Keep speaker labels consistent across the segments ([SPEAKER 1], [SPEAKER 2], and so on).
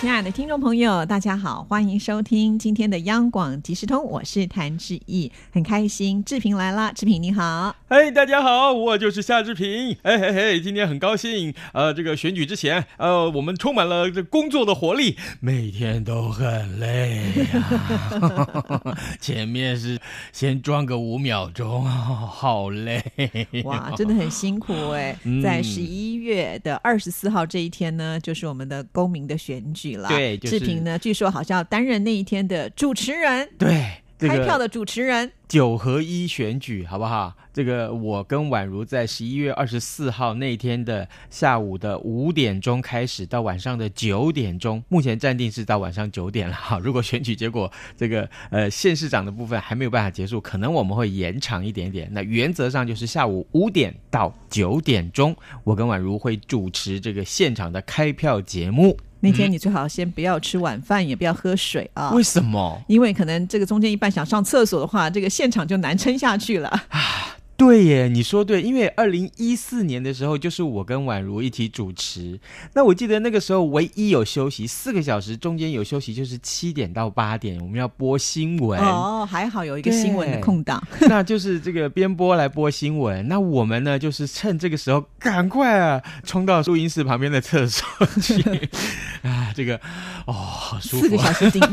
[SPEAKER 1] 亲爱的听众朋友，大家好，欢迎收听今天的央广即时通，我是谭志毅，很开心，志平来啦，志平你好。
[SPEAKER 2] 嘿、哎大家好，我就是夏志平。 嘿嘿嘿，今天很高兴，呃，这个选举之前，呃，我们充满了这工作的活力，每天都很累呀、 前面是先装个五秒钟，哦好累。
[SPEAKER 1] 哇，真的很辛苦哎、
[SPEAKER 2] 嗯
[SPEAKER 1] 在十一月的二十四号这一天呢，就是我们的公民的选举啦。
[SPEAKER 2] 对就是
[SPEAKER 1] 志平呢，据说好像要担任那一天的主持人，
[SPEAKER 2] 对，这
[SPEAKER 1] 开票
[SPEAKER 2] 个
[SPEAKER 1] 的主持人。
[SPEAKER 2] 九合一选举好不好？这个我跟宛如在十一月二十四号那天的下午的五点钟开始，到晚上的九点钟，目前暂定是到晚上九点了哈。如果选举结果这个呃县市长的部分还没有办法结束，可能我们会延长一点点。那原则上就是下午五点到九点钟，我跟宛如会主持这个现场的开票节目。
[SPEAKER 1] 那天你最好先不要吃晚饭，也不要喝水啊。
[SPEAKER 2] 嗯为什么？
[SPEAKER 1] 因为可能这个中间一半想上厕所的话，这个现场就难撑下去了。
[SPEAKER 2] 对耶，你说对，因为二零一四年的时候，就是我跟宛如一起主持。那我记得那个时候唯一有休息四个小时，中间有休息就是七点到八点，我们要播新闻。
[SPEAKER 1] 哦，还好有一个
[SPEAKER 2] 对
[SPEAKER 1] 新闻的空档。
[SPEAKER 2] 那就是这个边播来播新闻。那我们呢，就是趁这个时候赶快啊，冲到录音室旁边的厕所 去。啊，这个哦，好舒
[SPEAKER 1] 四
[SPEAKER 2] 服
[SPEAKER 1] 个小
[SPEAKER 2] 啊。
[SPEAKER 1] 时 的，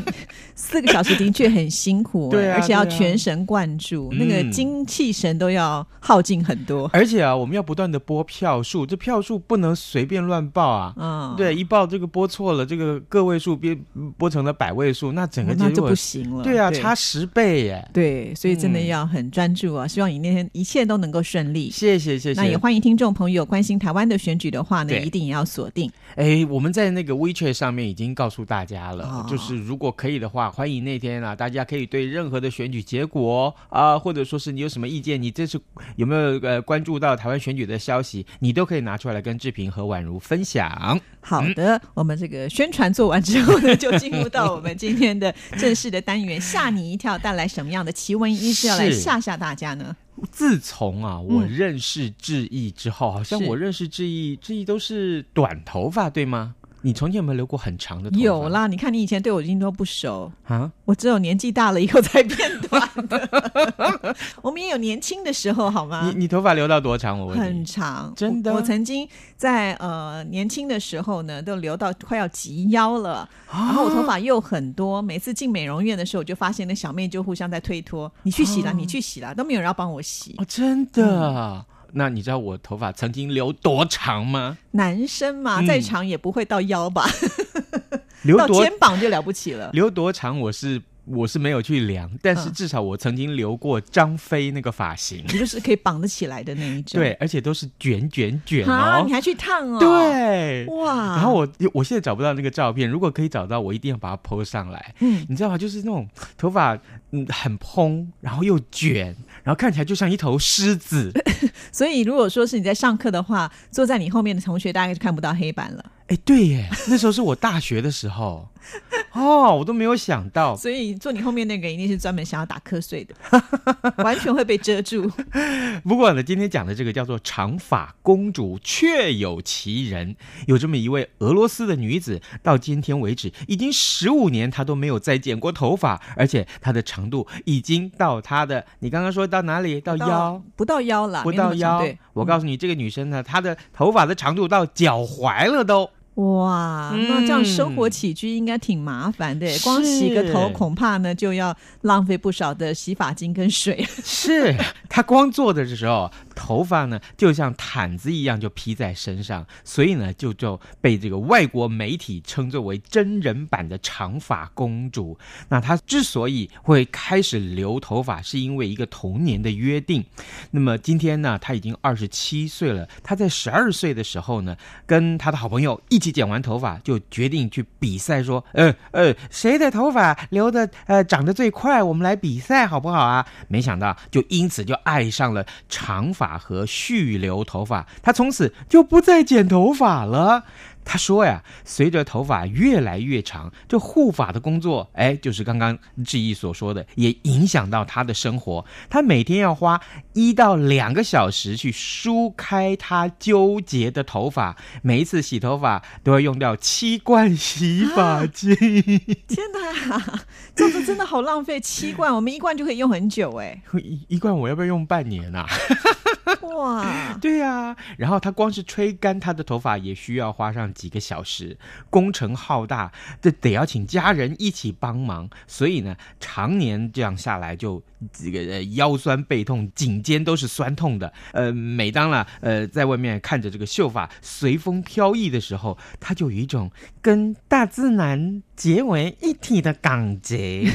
[SPEAKER 1] 四个小时的确很辛苦、欸
[SPEAKER 2] 对啊
[SPEAKER 1] 而且要
[SPEAKER 2] 对啊
[SPEAKER 1] 全神贯注，
[SPEAKER 2] 嗯
[SPEAKER 1] 那个精气神都要耗尽很多。
[SPEAKER 2] 而且啊，我们要不断的播票数，这票数不能随便乱报啊。
[SPEAKER 1] 嗯，
[SPEAKER 2] 对，一报这个播错了，这个个位数变播成了百位数，那整个
[SPEAKER 1] 哦那
[SPEAKER 2] 结
[SPEAKER 1] 就
[SPEAKER 2] 果
[SPEAKER 1] 不行了。
[SPEAKER 2] 对啊，差十倍耶！
[SPEAKER 1] 对，所以真的
[SPEAKER 2] 嗯
[SPEAKER 1] 要很专注啊！希望你那天一切都能够顺利。
[SPEAKER 2] 谢谢谢
[SPEAKER 1] 那也
[SPEAKER 2] 谢。
[SPEAKER 1] 欢迎听众朋友关心台湾的选举的话呢，
[SPEAKER 2] 对
[SPEAKER 1] 一定也要锁定。
[SPEAKER 2] 哎，我们在那个 WeChat 上面已经告诉大家了，
[SPEAKER 1] 哦
[SPEAKER 2] 就是如果可以的话，欢迎那天啊，大家可以对任何的选举结果啊、或者说是你有什么意见，你这次有没有呃关注到台湾选举的消息，你都可以拿出来跟志平和宛如分享。
[SPEAKER 1] 好
[SPEAKER 2] 嗯
[SPEAKER 1] 的，我们这个宣传做完之后呢，就进入到我们今天的正式的单元，吓你一跳，带来什么样的奇闻异事要来
[SPEAKER 2] 是
[SPEAKER 1] 吓吓大家呢？
[SPEAKER 2] 自从啊，我认识志毅之后，好像
[SPEAKER 1] 嗯是
[SPEAKER 2] 我认识志毅，志毅都是短头发，对吗？你从前有没有留过很长的头发？
[SPEAKER 1] 有啦，你看你以前对我已经都不熟，
[SPEAKER 2] 啊，
[SPEAKER 1] 我只有年纪大了以后才变短的。 我们也有年轻的时候，好吗
[SPEAKER 2] 你？你头发留到多长？我问
[SPEAKER 1] 很
[SPEAKER 2] 你，
[SPEAKER 1] 长，
[SPEAKER 2] 真的
[SPEAKER 1] 我。我曾经在呃年轻的时候呢，都留到快要及腰了，
[SPEAKER 2] 啊
[SPEAKER 1] 然后我头发又很多。每次进美容院的时候，我就发现那小妹就互相在推脱：“你去洗啦，你去洗啦，都没有人要帮我洗。
[SPEAKER 2] 啊哦，真
[SPEAKER 1] 嗯
[SPEAKER 2] 的。那你知道我头发曾经留多长吗？
[SPEAKER 1] 男生嘛，
[SPEAKER 2] 嗯
[SPEAKER 1] 再长也不会到腰吧，
[SPEAKER 2] 留
[SPEAKER 1] 到
[SPEAKER 2] 多
[SPEAKER 1] 肩膀就了不起 了。
[SPEAKER 2] 留多长？我是我是没有去量，但是
[SPEAKER 1] 嗯
[SPEAKER 2] 至少我曾经留过张飞那个发型，
[SPEAKER 1] 你就是可以绑得起来的那一种。
[SPEAKER 2] 对，而且都是卷卷卷
[SPEAKER 1] 啊，
[SPEAKER 2] 哦
[SPEAKER 1] 你，还去烫哦？，
[SPEAKER 2] 对。
[SPEAKER 1] 哇。
[SPEAKER 2] 然后我我现在找不到那个照片，如果可以找到，我一定要把它 PO 上来。
[SPEAKER 1] 嗯，
[SPEAKER 2] 你知道吗？就是那种头发嗯很蓬，然后又卷，然后看起来就像一头狮子。
[SPEAKER 1] 所以如果说是你在上课的话，坐在你后面的同学大概就看不到黑板了。
[SPEAKER 2] 哎，对耶，那时候是我大学的时候，哦，我都没有想到。
[SPEAKER 1] 所以坐你后面那个一定是专门想要打瞌睡 的，完全会被遮住。
[SPEAKER 2] 不过呢，今天讲的这个叫做长发公主，确有其人。有这么一位俄罗斯的女子，到今天为止已经十五年，她都没有再剪过头发，而且她的长度已经到她的，你刚刚说到哪里？到腰。
[SPEAKER 1] 不到腰啦，
[SPEAKER 2] 不
[SPEAKER 1] 啊没那
[SPEAKER 2] 到
[SPEAKER 1] 么长
[SPEAKER 2] 腰
[SPEAKER 1] 对，，嗯
[SPEAKER 2] 我告诉你，这个女生呢，她的头发的长度到脚踝 了都。
[SPEAKER 1] 哇，那这样生活起居应该挺麻烦
[SPEAKER 2] 嗯
[SPEAKER 1] 的，光洗个头
[SPEAKER 2] 是
[SPEAKER 1] 恐怕呢就要浪费不少的洗发精跟 水。
[SPEAKER 2] 是她光坐的时候，头发呢就像毯子一样就披在身上，所以呢就就被这个外国媒体称作为真人版的长发公主。那她之所以会开始留头发，是因为一个童年的约定。那么今天呢，她已经二十七岁了。她在十二岁的时候呢，跟她的好朋友一起剪完头发，就决定去比赛，说，呃呃，谁的头发留的呃长得最快，我们来比赛好不好啊？没想到就因此就爱上了长发和蓄留头发，她从此就不再剪头发了。他说呀，随着头发越来越长，这护发的工作，哎，就是刚刚志毅所说的，也影响到他的生活。他每天要花一到两个小时去梳开他纠结的头发，每一次洗头发都要用掉七罐洗发精。
[SPEAKER 1] 天哪，这样子真的好浪费，七罐，我们一罐就可以用很久哎、
[SPEAKER 2] 一一罐我要不要用半年啊？
[SPEAKER 1] 哇，
[SPEAKER 2] 对呀、然后他光是吹干他的头发也需要花上几个小时，工程浩大，这得要请家人一起帮忙，所以呢，常年这样下来就这个、呃、腰酸背痛，颈肩都是酸痛的。呃，每当了呃在外面看着这个秀发随风飘逸的时候，他就有一种跟大自然结为一体的感觉。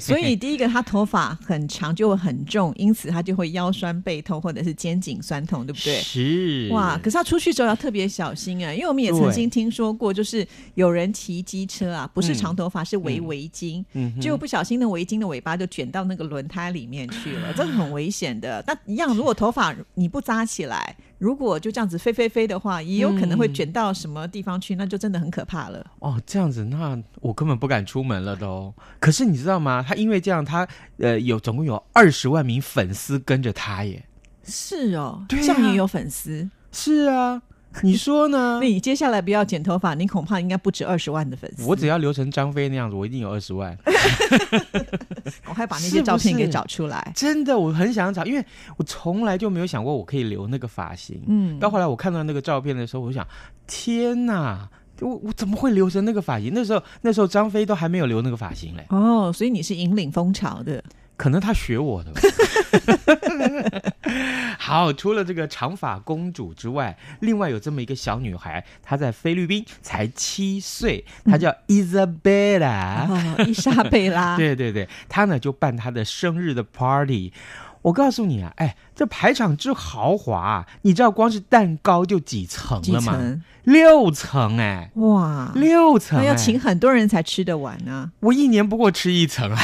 [SPEAKER 1] 所 以第一个他头发很长就会很重，因此他就会腰酸背痛或者是肩颈酸痛， 对不对？
[SPEAKER 2] 是
[SPEAKER 1] 哇！可是他出去之后要特别小心啊，因为我们也曾经听说过，就是有人骑机车啊，不是长头发，是围围巾，
[SPEAKER 2] 嗯哼
[SPEAKER 1] 结果不小心的围巾的尾巴就卷到那个轮胎里面去 了，这个很危险的。那一样，如果头发你不扎起来，如果就这样子飞飞飞的话，也有可能会卷到什么地方去，那就真的很可怕了。
[SPEAKER 2] 哦，这样子，那我根本不敢出门了都、可是你知道吗？他因为这样，他呃有总共有二十万名粉丝跟着他耶。
[SPEAKER 1] 是哦，
[SPEAKER 2] 对啊
[SPEAKER 1] 像你也有粉丝，
[SPEAKER 2] 是啊，你说呢
[SPEAKER 1] 那？你接下来不要剪头发，你恐怕应该不止二十万的粉丝。
[SPEAKER 2] 我只要留成张飞那样子，我一定有二十万。
[SPEAKER 1] 哎赶快把那
[SPEAKER 2] 是
[SPEAKER 1] 些
[SPEAKER 2] 不
[SPEAKER 1] 照片给
[SPEAKER 2] 是
[SPEAKER 1] 找出来。
[SPEAKER 2] 真的，我很想找，因为我从来就没有想过我可以留那个发型。
[SPEAKER 1] 嗯，
[SPEAKER 2] 到后来我看到那个照片的时候，我就想，天哪，我我怎么会留成那个发型？那时候那时候张飞都还没有留那个发型嘞，
[SPEAKER 1] 哦，所以你是引领风潮的。
[SPEAKER 2] 可能他学我的吧。 好，除了这个长发公主之外，另外有这么一个小女孩，她在菲律宾才七岁，她叫 Isabella、
[SPEAKER 1] 哦，伊莎贝拉，
[SPEAKER 2] 啊 对对对，她呢就办她的生日的 party。我告诉你啊，哎，这排场之豪华啊、你知道光是蛋糕就几层
[SPEAKER 1] 继
[SPEAKER 2] 了吗？
[SPEAKER 1] 承
[SPEAKER 2] 六层哎、
[SPEAKER 1] 哇，
[SPEAKER 2] 六层、
[SPEAKER 1] 那
[SPEAKER 2] 哎，
[SPEAKER 1] 要请很多人才吃得完啊呢、
[SPEAKER 2] 我一年不过吃一层啊，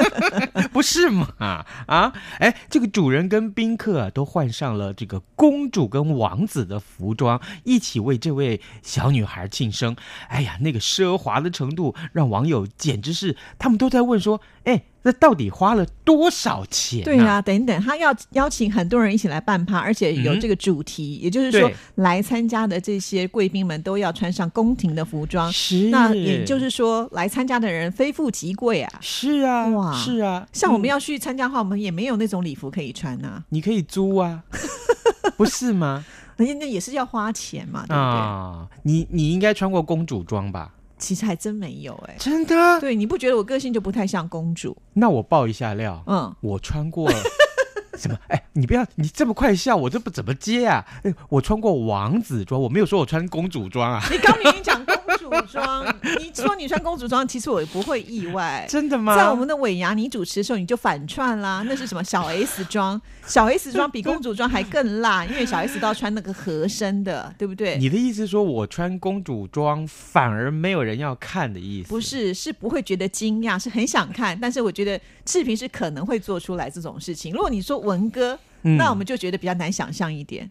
[SPEAKER 2] 不是嘛？啊，哎，这个主人跟宾客啊都换上了这个公主跟王子的服装，一起为这位小女孩庆生。哎呀，那个奢华的程度让网友简直是，他们都在问说，哎，那到底花了多少钱、啊
[SPEAKER 1] 对呀、、等等，他要邀请很多人一起来办趴，而且有
[SPEAKER 2] 嗯
[SPEAKER 1] 这个主题，也就是说
[SPEAKER 2] 对，
[SPEAKER 1] 来参加的这些贵宾们都要穿上宫廷的服装。
[SPEAKER 2] 是，
[SPEAKER 1] 那也就是说，来参加的人非富即贵啊。
[SPEAKER 2] 是啊，
[SPEAKER 1] 哇
[SPEAKER 2] 是啊，
[SPEAKER 1] 像我们
[SPEAKER 2] 嗯、
[SPEAKER 1] 要去参加的话，我们也没有那种礼服可以穿呐、
[SPEAKER 2] 你可以租 啊，不是吗？
[SPEAKER 1] 而且那也是要花钱嘛，对不对？
[SPEAKER 2] 啊，你你应该穿过公主装吧？
[SPEAKER 1] 其实还真没有哎、
[SPEAKER 2] 真的？
[SPEAKER 1] 对，你不觉得我个性就不太像公主？
[SPEAKER 2] 那我爆一下料，
[SPEAKER 1] 嗯，
[SPEAKER 2] 我穿过什么？哎，你不要，你这么快笑，我这不怎么接啊？哎，我穿过王子装，我没有说我穿公主装啊，
[SPEAKER 1] 你刚明明讲公主装， 你说你穿公主装，其实我也不会意外。
[SPEAKER 2] 真的吗？
[SPEAKER 1] 哎在我们的尾牙，你主持的时候你就反串啦，那是什么 小 S 装？小 S 装比公主装还更辣，因为小 S 都要穿那个合身的，对不对？
[SPEAKER 2] 你的意思是说我穿公主装反而没有人要看的意思？
[SPEAKER 1] 不是，是不会觉得惊讶，是很想看。但是我觉得志平是可能会做出来这种事情。如果你说文哥，
[SPEAKER 2] 嗯
[SPEAKER 1] 那我们就觉得比较难想象一点。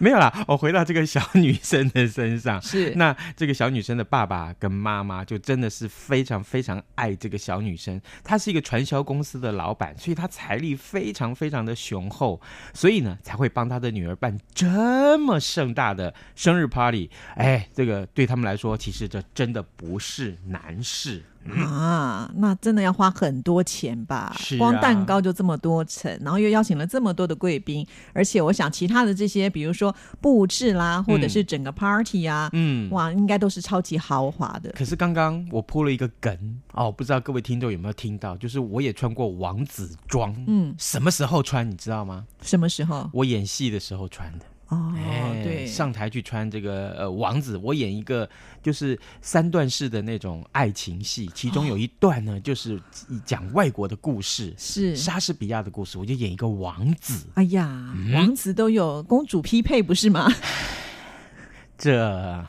[SPEAKER 2] 没有啦。我回到这个小女生的身上，
[SPEAKER 1] 是
[SPEAKER 2] 那这个小女生的爸爸跟妈妈就真的是非常非常爱这个小女生。她是一个传销公司的老板，所以她财力非常非常的雄厚，所以呢才会帮她的女儿办这么盛大的生日 party。哎，这个对他们来说，其实这真的不是难事。
[SPEAKER 1] 啊，那真的要花很多钱吧？
[SPEAKER 2] 嗯是啊
[SPEAKER 1] 光蛋糕就这么多层，然后又邀请了这么多的贵宾，而且我想其他的这些，比如说布置啦，或者是整个 party 啊，
[SPEAKER 2] 嗯。
[SPEAKER 1] 哇，应该都是超级豪华的。
[SPEAKER 2] 可是刚刚我铺了一个梗哦，不知道各位听众有没有听到？就是我也穿过王子装，
[SPEAKER 1] 嗯，
[SPEAKER 2] 什么时候穿你知道吗？
[SPEAKER 1] 什么时候？
[SPEAKER 2] 我演戏的时候穿的。
[SPEAKER 1] 哦，
[SPEAKER 2] 哎
[SPEAKER 1] 对，
[SPEAKER 2] 上台去穿这个呃王子，我演一个就是三段式的那种爱情戏，其中有一段呢、就是讲外国的故事，
[SPEAKER 1] 是。
[SPEAKER 2] 莎士比亚的故事，我就演一个王子，
[SPEAKER 1] 哎呀，
[SPEAKER 2] 嗯
[SPEAKER 1] 王子都有公主匹配，不是吗？
[SPEAKER 2] 这。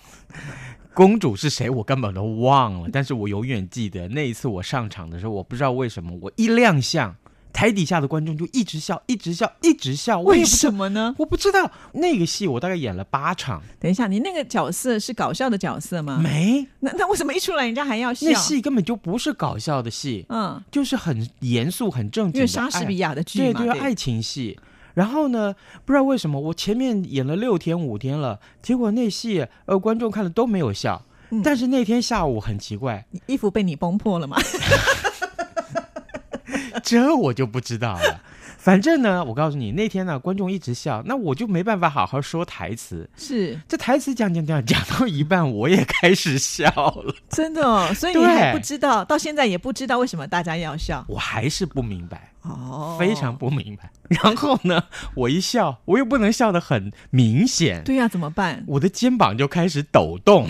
[SPEAKER 2] 公主是谁？我根本都忘了，但是我永远记得那一次我上场的时候，我不知道为什么我一亮相，台底下的观众就一直笑，一直笑，一直笑。我也
[SPEAKER 1] 为
[SPEAKER 2] 不知
[SPEAKER 1] 什么呢？
[SPEAKER 2] 我不知道那个戏，我大概演了八场，
[SPEAKER 1] 等一下，你那个角色是搞笑的角色吗？
[SPEAKER 2] 没，
[SPEAKER 1] 那那为什么一出来人家还要嗯笑
[SPEAKER 2] 那？戏根本就不是搞笑的戏，
[SPEAKER 1] 嗯，
[SPEAKER 2] 就是很严肃、很正经的
[SPEAKER 1] 因为莎士
[SPEAKER 2] 爱
[SPEAKER 1] 比亚的剧
[SPEAKER 2] 对
[SPEAKER 1] 嘛，
[SPEAKER 2] 对，爱情戏。然后呢，不知道为什么，我前面演了六天五天了，结果那戏呃观众看了都没有笑。
[SPEAKER 1] 嗯
[SPEAKER 2] 但是那天下午很奇怪，
[SPEAKER 1] 衣服被你崩破了 嘛？
[SPEAKER 2] 这我就不知道了。 反正呢，我告诉你，那天呢，观众一直笑，那我就没办法好好说台词。
[SPEAKER 1] 是
[SPEAKER 2] 这台词讲讲讲讲到一半，我也开始笑了，
[SPEAKER 1] 真的哦，所以你
[SPEAKER 2] 对
[SPEAKER 1] 还不知道，到现在也不知道为什么大家要笑
[SPEAKER 2] 我还是不明白，
[SPEAKER 1] 哦，
[SPEAKER 2] 非常不明白。然后呢，我一笑，我又不能笑得很明显，
[SPEAKER 1] 对呀、怎么 办？
[SPEAKER 2] 我的肩膀就开始抖动。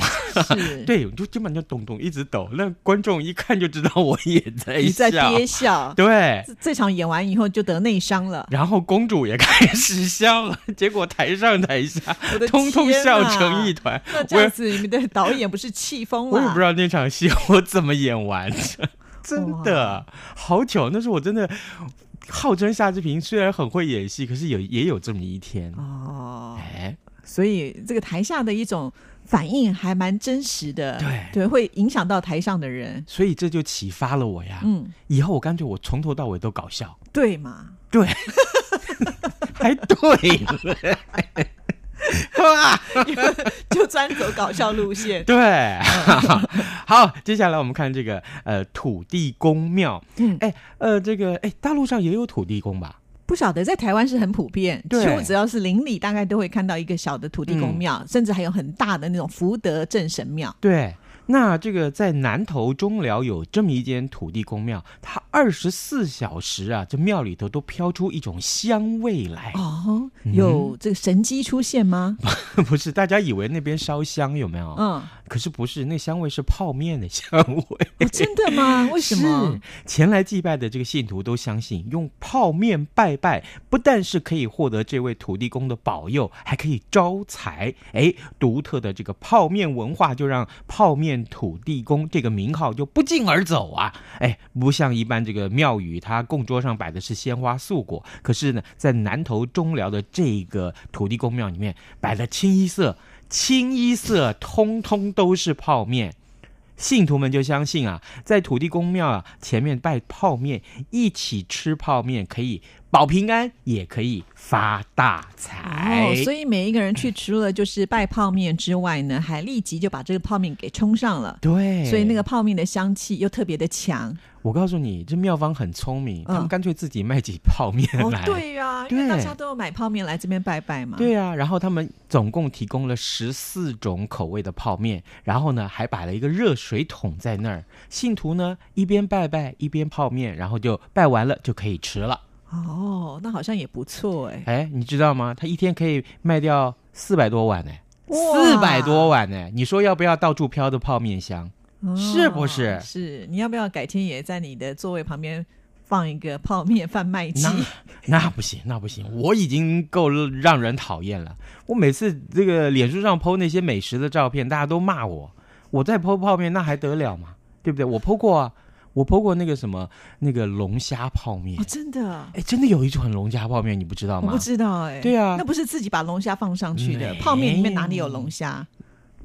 [SPEAKER 1] 是，
[SPEAKER 2] 对，我就肩膀就咚咚一直抖，那观众一看就知道我也在
[SPEAKER 1] 你在
[SPEAKER 2] 笑。
[SPEAKER 1] 憋笑。
[SPEAKER 2] 对，
[SPEAKER 1] 这这场演完以后就得内伤了，
[SPEAKER 2] 然后公主也开始笑了， 结果台上台下
[SPEAKER 1] 我的
[SPEAKER 2] 通通
[SPEAKER 1] 天
[SPEAKER 2] 笑
[SPEAKER 1] 啊
[SPEAKER 2] 成一。团。
[SPEAKER 1] 那这
[SPEAKER 2] 我
[SPEAKER 1] 样
[SPEAKER 2] 也
[SPEAKER 1] 子，你们的导演不是气疯了？
[SPEAKER 2] 我也不 知道那场戏我怎么演完 的，真
[SPEAKER 1] 哇
[SPEAKER 2] 的好糗。那是我真的号称夏志平，虽然很会演戏，可是有也有这么一天。
[SPEAKER 1] 哦，
[SPEAKER 2] 哎，
[SPEAKER 1] 所以这个台下的一种反应还蛮真实的，
[SPEAKER 2] 对
[SPEAKER 1] 对，会影响到台上的人。
[SPEAKER 2] 所以这就启发了我呀。
[SPEAKER 1] 嗯，
[SPEAKER 2] 以后我干脆我从头到尾都搞笑，
[SPEAKER 1] 对嘛？
[SPEAKER 2] 对， 还对 了，哇，
[SPEAKER 1] 就专走搞笑路线。
[SPEAKER 2] 对，好，接下来我们看这个呃土地公庙，
[SPEAKER 1] 嗯
[SPEAKER 2] 哎呃这个哎大陆上也有土地公吧？
[SPEAKER 1] 不晓得在台湾是很普遍，
[SPEAKER 2] 对
[SPEAKER 1] 几乎只要是邻里，大概都会看到一个小的土地公庙，
[SPEAKER 2] 嗯
[SPEAKER 1] 甚至还有很大的那种福德正神庙。
[SPEAKER 2] 对。那这个在南投中寮有这么一间土地公庙，它二十四小时啊，这庙里头都飘出一种香味来。
[SPEAKER 1] 哦，有这个神机出现吗？
[SPEAKER 2] 不是，大家以为那边烧香有没有？
[SPEAKER 1] 嗯，
[SPEAKER 2] 可是不是，那香味是泡面的香味。
[SPEAKER 1] 哦真的吗？ 为什么？哦
[SPEAKER 2] 是前来祭拜的这个信徒都相信，用泡面拜拜，不但是可以获得这位土地公的保佑，还可以招财。哎，独特的这个泡面文化就让泡面土地公这个名号就不胫而走啊！哎，不像一般这个庙宇，它供桌上摆的是鲜花素果，可是呢，在南投中寮的这个土地公庙里面摆了清一色，清一色通通都是泡面。信徒们就相信啊，在土地公庙啊前面拜泡面，一起吃泡面可以保平安，也可以发大财。
[SPEAKER 1] 哦，所以每一个人去除了就是拜泡面之外呢，还立即就把这个泡面给冲上了。
[SPEAKER 2] 对，
[SPEAKER 1] 所以那个泡面的香气又特别的强
[SPEAKER 2] 我告诉你，这妙方很聪明，
[SPEAKER 1] 嗯
[SPEAKER 2] 他们干脆自己卖起泡面
[SPEAKER 1] 哦
[SPEAKER 2] 来。，
[SPEAKER 1] 对呀、因为
[SPEAKER 2] 对
[SPEAKER 1] 大家都要买泡面来这边拜拜嘛。
[SPEAKER 2] 对啊，然后他们总共提供了十四种口味的泡面，然后呢还摆了一个热水桶在那儿，信徒呢一边拜拜一边泡面，然后就拜完了就可以吃了。
[SPEAKER 1] 哦，那好像也不错哎、
[SPEAKER 2] 哎，你知道吗？他一天可以卖掉四百多碗呢、
[SPEAKER 1] 哇
[SPEAKER 2] 四百多碗呢、你说要不要到处飘的泡面香？
[SPEAKER 1] 哦
[SPEAKER 2] 是不是
[SPEAKER 1] 是，你要不要改天也在你的座位旁边放一个泡面贩卖机？
[SPEAKER 2] 那那不行，那不行，我已经够让人讨厌了。我每次这个脸书上 PO 那些美食的照片，大家都骂我。我在 PO 泡面，那还得了嘛？对不对？我 PO 过啊，我 PO 过那个什么那个龙虾泡面
[SPEAKER 1] 哦，。真的，
[SPEAKER 2] 哎，真的有一种龙虾泡面，你不知道
[SPEAKER 1] 我
[SPEAKER 2] 吗？
[SPEAKER 1] 不知道哎、
[SPEAKER 2] 对啊
[SPEAKER 1] 那不是自己把龙虾放上去的，
[SPEAKER 2] 没
[SPEAKER 1] 泡面里面哪里有龙虾？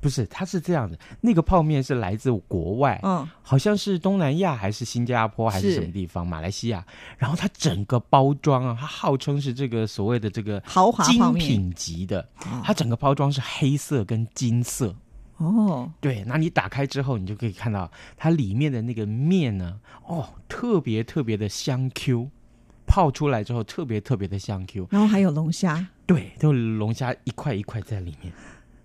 [SPEAKER 2] 不是，它是这样的，那个泡面是来自国外，
[SPEAKER 1] 嗯，
[SPEAKER 2] 好像是东南亚还是新加坡还是
[SPEAKER 1] 是
[SPEAKER 2] 什么地方，马来西亚。然后它整个包装啊，它号称是这个所谓的这个
[SPEAKER 1] 豪华泡
[SPEAKER 2] 精
[SPEAKER 1] 面
[SPEAKER 2] 品级的，
[SPEAKER 1] 哦
[SPEAKER 2] 它整个包装是黑色跟金色。
[SPEAKER 1] 哦，
[SPEAKER 2] 对，那你打开之后，你就可以看到它里面的那个面呢，哦，特别特别的香 Q，泡出来之后特别特别的香 Q。
[SPEAKER 1] 然后还有龙虾，
[SPEAKER 2] 对，就龙虾一块一块在里面，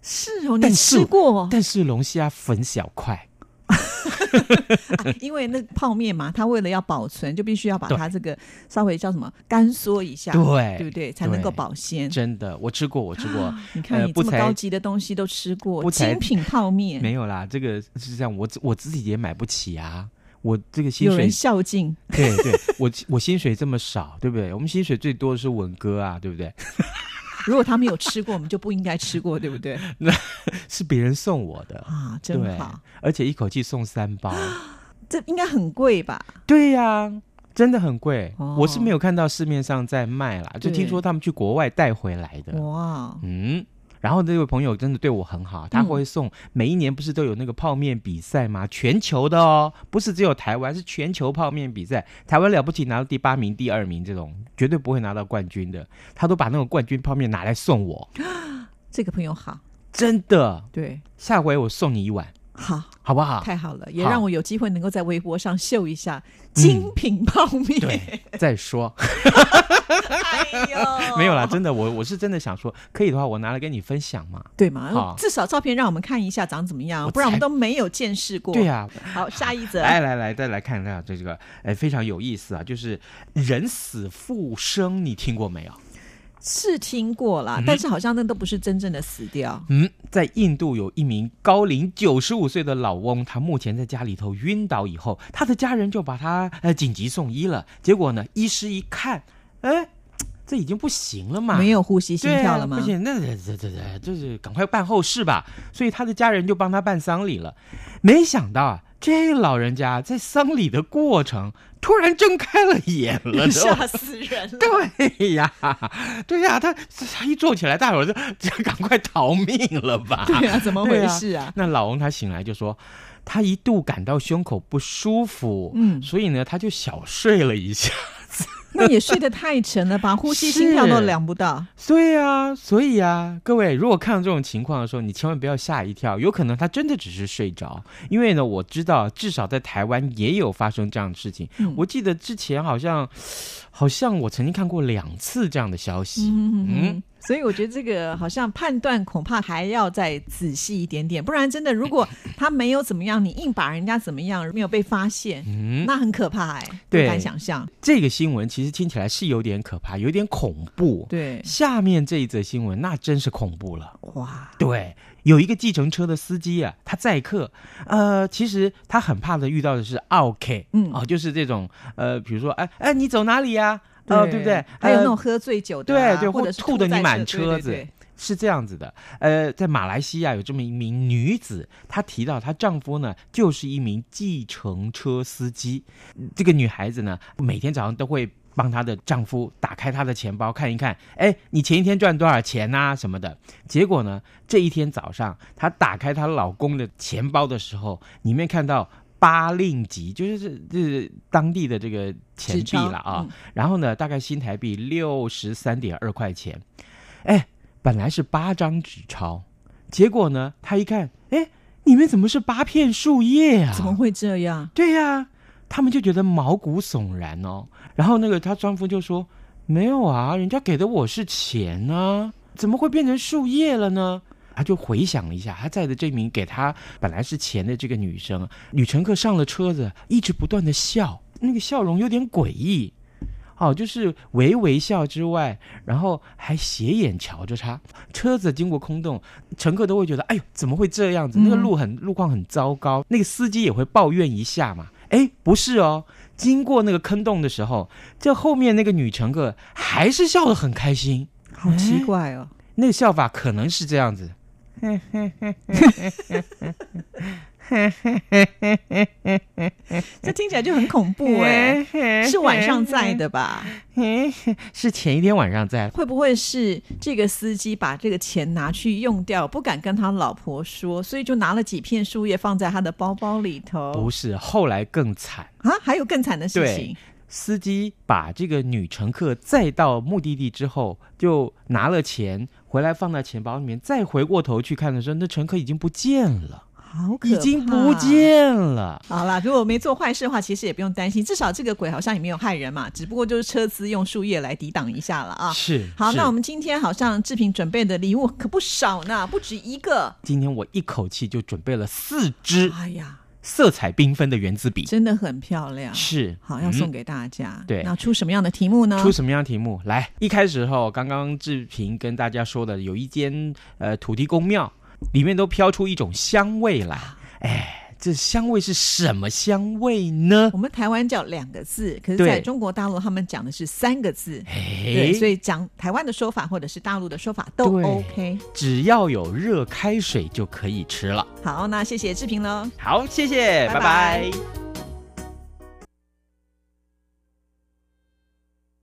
[SPEAKER 1] 是哦，
[SPEAKER 2] 但
[SPEAKER 1] 你
[SPEAKER 2] 是
[SPEAKER 1] 吃过？
[SPEAKER 2] 但是龙虾粉小块。
[SPEAKER 1] 啊因为那泡面嘛，它为了要保存，就必须要把
[SPEAKER 2] 对
[SPEAKER 1] 它这个稍微叫什么干缩一下，
[SPEAKER 2] 对
[SPEAKER 1] 对不对？才能够
[SPEAKER 2] 对
[SPEAKER 1] 保鲜。啊
[SPEAKER 2] 真的，我吃过，我吃过。
[SPEAKER 1] 你看
[SPEAKER 2] 呃
[SPEAKER 1] 你
[SPEAKER 2] 不
[SPEAKER 1] 这么
[SPEAKER 2] 才
[SPEAKER 1] 高级的东西都吃过，
[SPEAKER 2] 不才
[SPEAKER 1] 精品泡面，
[SPEAKER 2] 没有啦，这个是这样，我自我自己也买不起啊。我这个薪
[SPEAKER 1] 有
[SPEAKER 2] 水
[SPEAKER 1] 人，孝敬。
[SPEAKER 2] 对对，我 我薪水这么少，对不对？我们薪水最多的是文哥啊，对不对？
[SPEAKER 1] 如果他没有吃过，我们就不应该吃过，对不 对？
[SPEAKER 2] 是别人送我的，
[SPEAKER 1] 啊，
[SPEAKER 2] 对
[SPEAKER 1] 真好，，
[SPEAKER 2] 而且一口气送三包，
[SPEAKER 1] 这应该很贵吧？
[SPEAKER 2] 对呀、真的很贵，
[SPEAKER 1] 哦
[SPEAKER 2] 我是没有看到市面上在卖啦，就
[SPEAKER 1] 对
[SPEAKER 2] 听说他们去国外带回来的。
[SPEAKER 1] 哇，
[SPEAKER 2] 嗯，然后这位朋友真的对我很好，他会送、每一年不是都有那个泡面比赛吗？全球的哦，不是只有台湾，是全球泡面比赛。台湾了不起拿到第八名、第二名这种，绝对不会拿到冠军的，他都把那种冠军泡面拿来送我，
[SPEAKER 1] 这个朋友好，
[SPEAKER 2] 真的。
[SPEAKER 1] 对，
[SPEAKER 2] 下回我送你一碗，
[SPEAKER 1] 好，
[SPEAKER 2] 好不 好？
[SPEAKER 1] 太好了，也
[SPEAKER 2] 好
[SPEAKER 1] 让我有机会能够在微博上秀一下精品泡面。
[SPEAKER 2] 对，再说
[SPEAKER 1] 哎呦，
[SPEAKER 2] 没有啦，真的，我我是真的想说，可以的话，我拿来跟你分享嘛。
[SPEAKER 1] 对嘛
[SPEAKER 2] 好？
[SPEAKER 1] 至少照片让我们看一下长怎么样，
[SPEAKER 2] 我
[SPEAKER 1] 不然我们
[SPEAKER 2] 才
[SPEAKER 1] 都没有见识过。
[SPEAKER 2] 对、呀、
[SPEAKER 1] 好，下一则，
[SPEAKER 2] 来来来，再来看一下这这个，哎，非常有意思啊，就是人死复生，你听过没有？
[SPEAKER 1] 是听过啦，
[SPEAKER 2] 嗯
[SPEAKER 1] 但是好像那都不是真正的死掉。
[SPEAKER 2] 嗯，在印度有一名高龄九十五岁的老翁，他目前在家里头晕倒以后，他的家人就把他呃紧急送医了。结果呢，医师一看，哎，这已经不行了嘛，
[SPEAKER 1] 没有呼吸心
[SPEAKER 2] 对啊
[SPEAKER 1] 跳了吗
[SPEAKER 2] 不？行，那这这这这就是赶快办后事吧。所以他的家人就帮他办丧礼了。没想到啊，这老人家在丧礼的过程突然睁开了眼了 都，
[SPEAKER 1] 吓死人了！
[SPEAKER 2] 对呀，对呀，他他一坐起来，大伙儿就就赶快逃命了吧？
[SPEAKER 1] 对啊，怎么
[SPEAKER 2] 对
[SPEAKER 1] 回
[SPEAKER 2] 啊
[SPEAKER 1] 事啊？
[SPEAKER 2] 那老翁他醒来就说，他一度感到胸口不舒服，
[SPEAKER 1] 嗯
[SPEAKER 2] 所以呢，他就小睡了一下。
[SPEAKER 1] 那也睡得太沉了吧，呼吸心跳都
[SPEAKER 2] 是
[SPEAKER 1] 量不到。
[SPEAKER 2] 对呀、所以啊，各位，如果看到这种情况的时候，你千万不要吓一跳，有可能他真的只是睡着。因为呢，我知道至少在台湾也有发生这样的事情。
[SPEAKER 1] 嗯
[SPEAKER 2] 我记得之前好像，好像我曾经看过两次这样的消息。
[SPEAKER 1] 嗯嗯，所以我觉得这个好像判断恐怕还要再仔细一点点，不然真的，如果他没有怎么样，你硬把人家怎么样，没有被发现，
[SPEAKER 2] 嗯，
[SPEAKER 1] 那很可怕哎、不
[SPEAKER 2] 对
[SPEAKER 1] 敢想象。
[SPEAKER 2] 这个新闻其实听起来是有点可怕，有点恐怖。
[SPEAKER 1] 对，
[SPEAKER 2] 下面这一则新闻那真是恐怖了。
[SPEAKER 1] 哇，
[SPEAKER 2] 对，有一个计程车的司机啊，他载客，呃，其实他很怕的遇到的是 OK，
[SPEAKER 1] 嗯
[SPEAKER 2] 哦，就是这种，呃，比如说，哎哎，你走哪里呀、哦，对不对？
[SPEAKER 1] 还有
[SPEAKER 2] 呃
[SPEAKER 1] 那种喝醉酒的啊、
[SPEAKER 2] 对对
[SPEAKER 1] 或者是
[SPEAKER 2] 吐得你
[SPEAKER 1] 在
[SPEAKER 2] 满
[SPEAKER 1] 对
[SPEAKER 2] 车
[SPEAKER 1] 对
[SPEAKER 2] 子
[SPEAKER 1] 对
[SPEAKER 2] 是这样子的，呃，在马来西亚有这么一名女子，她提到她丈夫呢就是一名计程车司机，这个女孩子呢每天早上都会。帮她的丈夫打开她的钱包看一看，哎，你前一天赚多少钱呐、什么的。结果呢，这一天早上她打开她老公的钱包的时候，里面看到八令吉，就是这这当地的这个
[SPEAKER 1] 纸
[SPEAKER 2] 钱币
[SPEAKER 1] 钞
[SPEAKER 2] 了啊。
[SPEAKER 1] 嗯
[SPEAKER 2] 然后呢，大概新台币六十三点二块钱。哎，本来是八张纸钞，结果呢，他一看，哎，里面怎么是八片树叶啊？
[SPEAKER 1] 怎么会这样？
[SPEAKER 2] 对呀、他们就觉得毛骨悚然哦。然后那个她丈夫就说：“没有啊，人家给的我是钱啊，怎么会变成树叶了呢？”她就回想了一下，她载的这名给她本来是钱的这个女生，女乘客上了车子，一直不断的笑，那个笑容有点诡异。哦，就是微微笑之外，然后还斜眼瞧着她。车子经过空洞，乘客都会觉得，哎呦，怎么会这样子？那个
[SPEAKER 1] 嗯
[SPEAKER 2] 路很路况很糟糕，那个司机也会抱怨一下嘛。哎，不是哦，经过那个坑洞的时候，这后面那个女乘客还是笑得很开心，哎
[SPEAKER 1] 好奇怪哦。
[SPEAKER 2] 那个笑法可能是这样子。哎
[SPEAKER 1] 这听起来就很恐怖哎、是晚上在的吧？
[SPEAKER 2] 是前一天晚上在，
[SPEAKER 1] 会不会是这个司机把这个钱拿去用掉，不敢跟他老婆说，所以就拿了几片树叶放在他的包包里头
[SPEAKER 2] 不？是后来更惨。
[SPEAKER 1] 啊，还有更惨的哦事情，
[SPEAKER 2] 司机把这个女乘客载到目的地之后，就拿了钱回来放到钱包里面，再回过头去看的时候，那乘客已经不见了，
[SPEAKER 1] 好可怕
[SPEAKER 2] 已经不。见了。
[SPEAKER 1] 好啦，如果没做坏事的话，其实也不用担心，至少这个鬼好像也没有害人嘛，只不过就是车资用树叶来抵挡一下了啊。
[SPEAKER 2] 是
[SPEAKER 1] 好，
[SPEAKER 2] 是
[SPEAKER 1] 那我们今天好像志平准备的礼物可不少呢，不止一个。
[SPEAKER 2] 今天我一口气就准备了四支
[SPEAKER 1] 哎呀，
[SPEAKER 2] 色彩缤纷的圆珠笔，
[SPEAKER 1] 真的很漂亮，
[SPEAKER 2] 是
[SPEAKER 1] 好要送
[SPEAKER 2] 嗯
[SPEAKER 1] 给大家。
[SPEAKER 2] 对
[SPEAKER 1] 那出什么样的题目呢？
[SPEAKER 2] 出什么样的题目？来，一开始的时候，刚刚志平跟大家说的，有一间呃土地公庙，里面都飘出一种香味来。
[SPEAKER 1] 啊
[SPEAKER 2] 哎，这香味是什么香味呢？
[SPEAKER 1] 我们台湾叫两个字，可是
[SPEAKER 2] 对
[SPEAKER 1] 在中国大陆他们讲的是三个字。对，
[SPEAKER 2] 哎，
[SPEAKER 1] 所以讲台湾的说法或者是大陆的说法都
[SPEAKER 2] 对
[SPEAKER 1] OK。
[SPEAKER 2] 只要有热开水就可以吃了。
[SPEAKER 1] 好，那谢谢志平喽。
[SPEAKER 2] 好，谢谢，
[SPEAKER 1] 拜
[SPEAKER 2] 拜拜
[SPEAKER 1] 拜